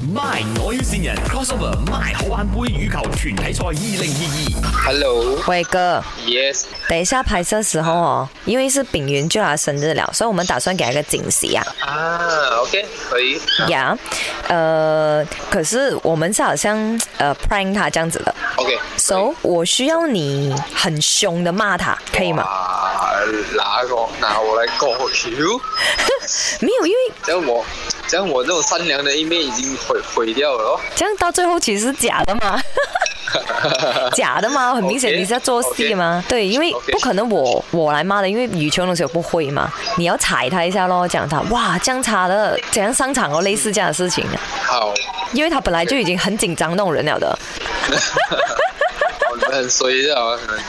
My 我要线人 crossover My 好玩杯羽球團體賽二零二 Hello, 伟哥， yes，等一下拍摄时候哦，因为是丙云就要生日了，所以我们打算给他一个惊喜啊。啊，OK，可以，呀、呃，可是我们是好像呃 prank 他这样子的 OK， ，so 我需要你很凶的骂他，可以吗？啊，哪个？那我来过 Q，没有，因为这样我，这样我这种善良的一面已经毁毁掉 了哦。这样到最后其实是假的 嘛，假的嘛，很明显 OK，你是在做戏嘛。对，因为 OK 不可能我我来骂的，因为羽球东西我不会嘛，你要踩他一下咯，讲他哇这样差的，怎样上场哦，类似这样的事情啊。好，因为他本来就已经很紧张那种人了的，我们很衰的啊，可能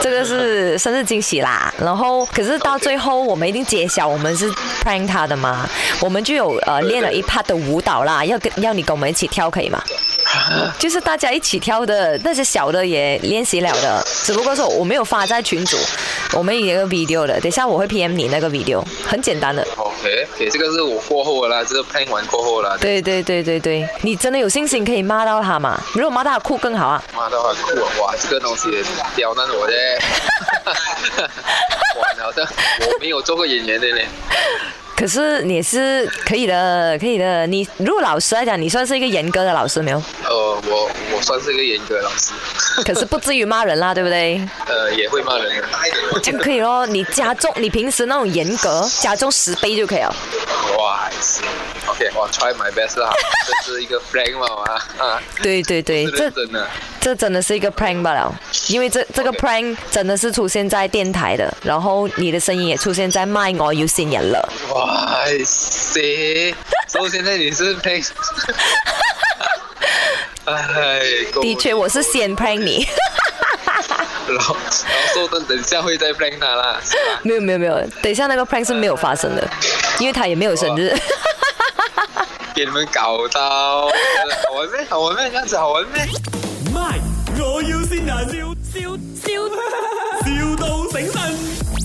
这个是生日惊喜啦。然后可是到最后我们一定揭晓我们是 prank 他的嘛，我们就有呃练了一 part 的舞蹈啦，要跟要你跟我们一起跳可以吗？就是大家一起跳的那些小的也练习了的，只不过说我没有发在群组，我们有一个 video 的，等一下我会 PM 你那个 video，很简单的。 OK，给这个是我过后的啦，这个 plan 完过后啦。对对对对对，你真的有信心可以骂到他嘛？如果骂到他哭更好啊。妈的，很酷啊！哇，这个东西刁难我嘞。完了的，我没有做过演员的嘞。可是你也是可以的，可以的。你如果老师来讲，你算是一个严格的老师没有？呃，我我算是个严格的老师，可是不至于骂人啦，对不对？ 呃，也会骂人的。这样可以咯。你加重你平时那种严格，加重十倍就可以了。哇塞，OK，我 try my best 啦，这是一个 flag 嘛嘛啊，对对对，是哎这认真的。这真的是一个 prank 罢了，因为这这个 OK prank 真的是出现在电台的，然后你的声音也出现在卖我有新人了。哇塞，所以现在你是 flag，哎，够的确，我是先 prank 你， 然后然后说等等一下会再 flag 他啦，是吧？没有没有没有，等一下那个 prank 是没有发生的，因为他也没有生日。给你们搞到，好玩咩？好玩咩？这样子好玩咩？二 My 我要線人，笑笑笑，,笑到醒神。